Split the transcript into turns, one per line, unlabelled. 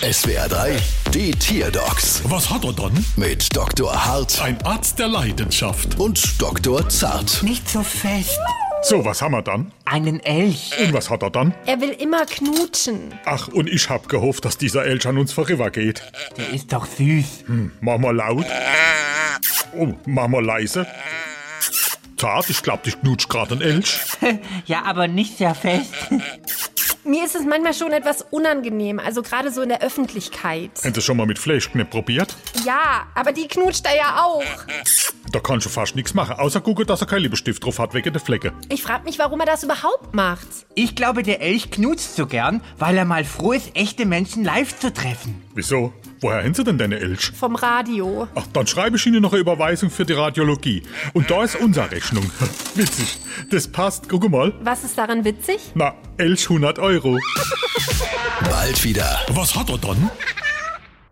SWR 3, die Tierdocs
Was hat er dann?
mit Dr. Hart
Ein Arzt der Leidenschaft.
und Dr. Zart.
Nicht so fest.
So, was haben wir dann?
Einen Elch.
Und was hat er dann?
Er will immer knutschen.
Ach, und ich hab gehofft, dass dieser Elch an uns vorüber geht. Hm,
Der ist doch süß. Hm.
Mach mal laut. Oh, mach mal leise. Zart, ich glaub, dich knutscht gerade ein Elch.
Ja, aber nicht sehr fest.
Mir ist es manchmal schon etwas unangenehm, also gerade so in der Öffentlichkeit.
Hättest du schon mal mit Fleischknepp probiert?
Ja, aber die knutscht er ja auch.
Da kannst du fast nichts machen, außer gucken, dass er kein Lippenstift drauf hat, wegen der Flecke.
Ich frage mich, warum er das überhaupt macht.
Ich glaube, der Elch knutscht so gern, weil er mal froh ist, echte Menschen live zu treffen.
Wieso? Woher haben sie denn deine Elch?
Vom Radio.
Ach, dann schreibe ich Ihnen noch eine Überweisung für die Radiologie. Und da ist unsere Rechnung. Witzig. Das passt. Guck mal.
Was ist daran witzig?
Na, Elch 100 Euro.
Bald wieder.
Was hat er dann?